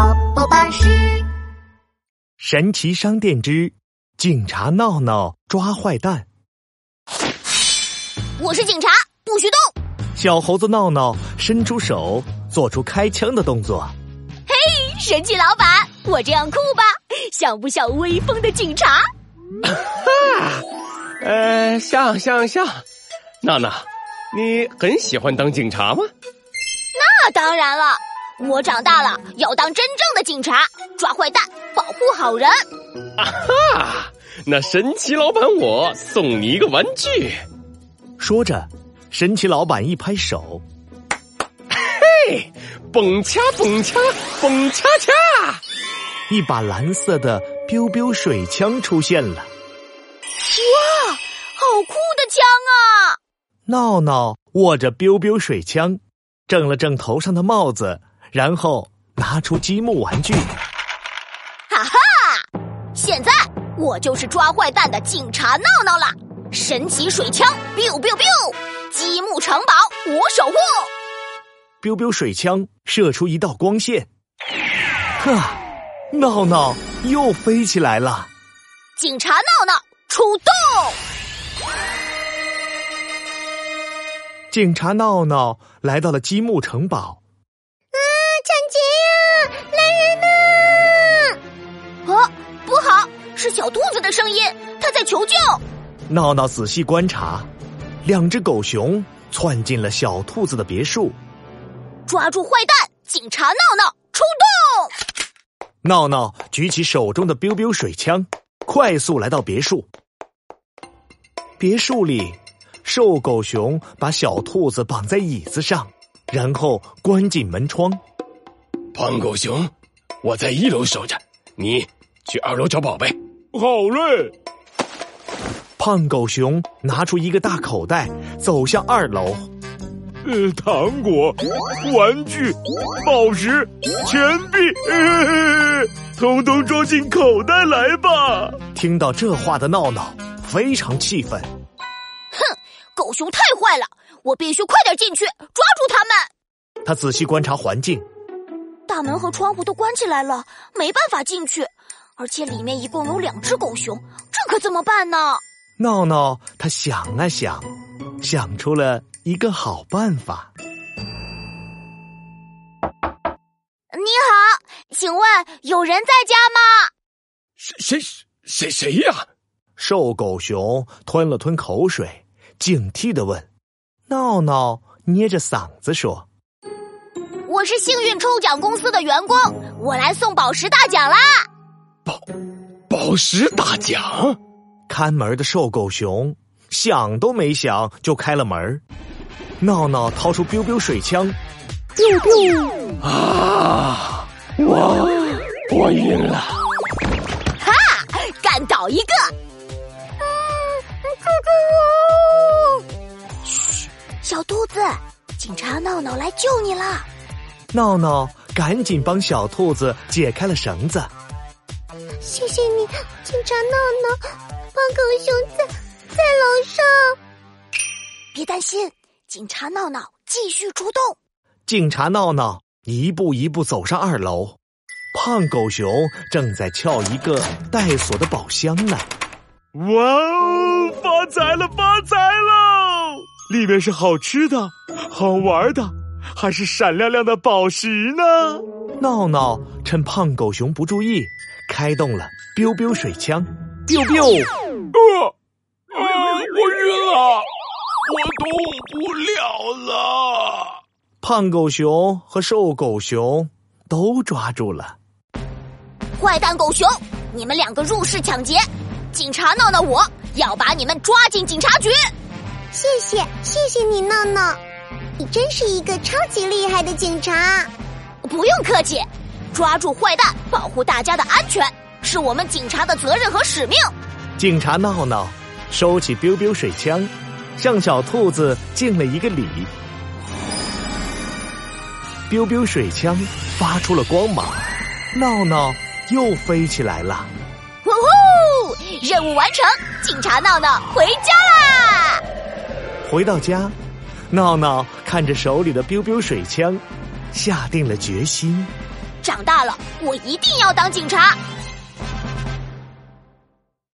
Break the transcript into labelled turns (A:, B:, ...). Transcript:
A: 老师，
B: 神奇商店之警察闹闹抓坏蛋。
A: 我是警察，不许动！
B: 小猴子闹闹伸出手，做出开枪的动作。
A: 神奇老板，我这样酷吧？像不像威风的警察？啊
C: 呃，像像像，娜娜，你很喜欢当警察吗？
A: 那当然了，我长大了要当真正的警察，抓坏蛋，保护好人。
C: 啊，那神奇老板我送你一个玩具。
B: 说着，神奇老板一拍手，
C: 嘿，蹦恰蹦恰蹦恰恰，
B: 一把蓝色的 biu biu 水枪出现了。
A: 好酷的枪啊！
B: 闹闹握着 biu biu 水枪，正了正头上的帽子，然后拿出积木玩具。
A: 现在我就是抓坏蛋的警察闹闹了。神奇水枪，biu biu biu！积木城堡，我守护。
B: biu biu 水枪射出一道光线，呵，闹闹又飞起来了。
A: 警察闹闹出动！
B: 警察闹闹来到了积木城堡，
A: 抢劫呀！来人呐！哦，不好，是小兔子的声音，它在求救。
B: 闹闹仔细观察，两只狗熊窜进了小兔子的别墅。
A: 抓住坏蛋！警察闹闹出动！
B: 闹闹举起手中的 biu biu 水枪，快速来到别墅。别墅里，瘦狗熊把小兔子绑在椅子上，然后关进门窗。
C: 胖狗熊，我在一楼守着，你去二楼找宝贝。好嘞。
B: 胖狗熊拿出一个大口袋，走向二楼。
C: 呃，糖果、玩具、宝石、钱币，呃，统统装进口袋来吧。
B: 听到这话的闹闹非常气愤，
A: 狗熊太坏了，我必须快点进去抓住他们！
B: 他仔细观察环境，
A: 大门和窗户都关起来了，没办法进去，而且里面一共有两只狗熊，这可怎么办呢？
B: 闹闹他想啊想，想出了一个好办法。
A: 你好，请问有人在家吗？
C: 谁谁谁谁呀、
B: 瘦狗熊吞了吞口水，警惕的问：“闹闹，捏着嗓子说，
A: 我是幸运抽奖公司的员工，我来送宝石大奖啦！
C: 宝石大奖。
B: 看门的瘦狗熊想都没想就开了门。闹闹掏出 biu biu 水枪，
C: 啊！我我晕了，
A: 干倒一个！啊救救我！嘘，小兔子，警察闹闹来救你了。
B: 闹闹赶紧帮小兔子解开了绳子。
A: 谢谢你，警察闹闹，胖狗熊在在楼上。别担心，警察闹闹继续出动。
B: 警察闹闹一步一步走上二楼，胖狗熊正在撬一个带锁的宝箱呢。
C: 哇哦，发财了，发财喽！里面是好吃的、好玩的，还是闪亮亮的宝石呢？
B: 闹闹趁胖狗熊不注意，开动了 biu biu 水枪，biu biu。
C: 啊，我晕了，我动不了了。
B: 胖狗熊和瘦狗熊都抓住了。
A: 坏蛋狗熊，你们两个入室抢劫，警察闹闹我要把你们抓进警察局。
D: 谢谢，谢谢你，闹闹，你真是一个超级厉害的警察。
A: 不用客气，抓住坏蛋，保护大家的安全，是我们警察的责任和使命。
B: 警察闹闹收起 biu biu 水枪，向小兔子敬了一个礼。biu biu 水枪发出了光芒，闹闹又飞起来了。
A: 呼呼，任务完成，警察闹闹回家啦！
B: 回到家，闹闹看着手里的 biu biu 水枪，下定了决心。
A: 长大了，我一定要当警察。